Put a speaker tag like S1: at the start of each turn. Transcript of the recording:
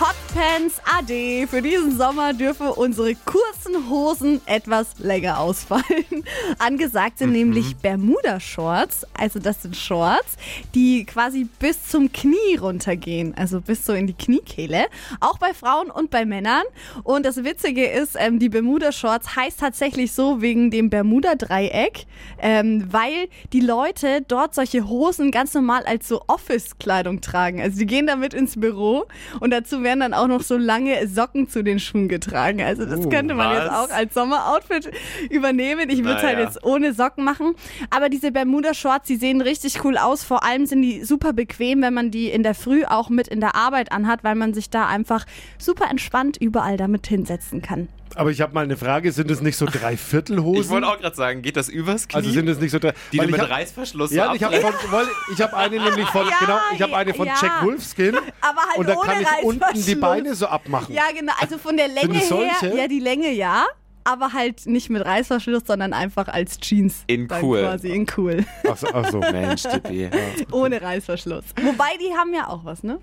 S1: Hotpants AD. Für diesen Sommer dürfen unsere kurzen Hosen etwas länger ausfallen. Angesagt sind nämlich Bermuda-Shorts. Also das sind Shorts, die quasi bis zum Knie runtergehen. Also bis so in die Kniekehle. Auch bei Frauen und bei Männern. Und das Witzige ist, ähm, die Bermuda-Shorts heißt tatsächlich so wegen dem Bermuda-Dreieck, ähm, weil die Leute dort solche Hosen ganz normal als so Office-Kleidung tragen. Also die gehen damit ins Büro und dazu werden dann auch noch so lange Socken zu den Schuhen getragen. Also das
S2: Uh,
S1: könnte man jetzt auch
S2: was?
S1: als Sommeroutfit übernehmen. Ich würde es halt
S2: Naja.
S1: jetzt ohne Socken machen. Aber diese Bermuda-Shorts, die sehen richtig cool aus. Vor allem sind die super bequem, wenn man die in der Früh auch mit in der Arbeit anhat, weil man sich da einfach super entspannt überall damit hinsetzen kann.
S3: Aber ich habe mal eine Frage, sind es nicht so
S2: Ich
S3: Dreiviertelhosen?
S2: wollte auch gerade sagen, geht das übers Knie?
S3: also sind es nicht so drei,
S2: die
S3: weil
S2: du mit
S3: ich hab-
S2: Reißverschluss so
S3: Ja, ich habe
S2: abreißen?
S3: hab eine nämlich von
S1: Ja,
S3: genau, ich habe eine von
S1: ja.
S3: Jack Wolfskin
S1: Aber halt
S3: und da
S1: ohne
S3: kann ich unten die
S1: Reißverschluss.
S3: Beine so abmachen.
S1: Ja, genau. Also von der Länge
S3: es
S1: her,
S3: solche?
S1: ja, die Länge ja. Aber halt nicht mit Reißverschluss, sondern einfach als Jeans.
S2: In
S1: Dann
S2: cool.
S1: Quasi in cool.
S3: Ach so, ach so.
S2: Mensch, Tippi.
S1: Ohne Reißverschluss. Wobei, die haben ja auch was, ne?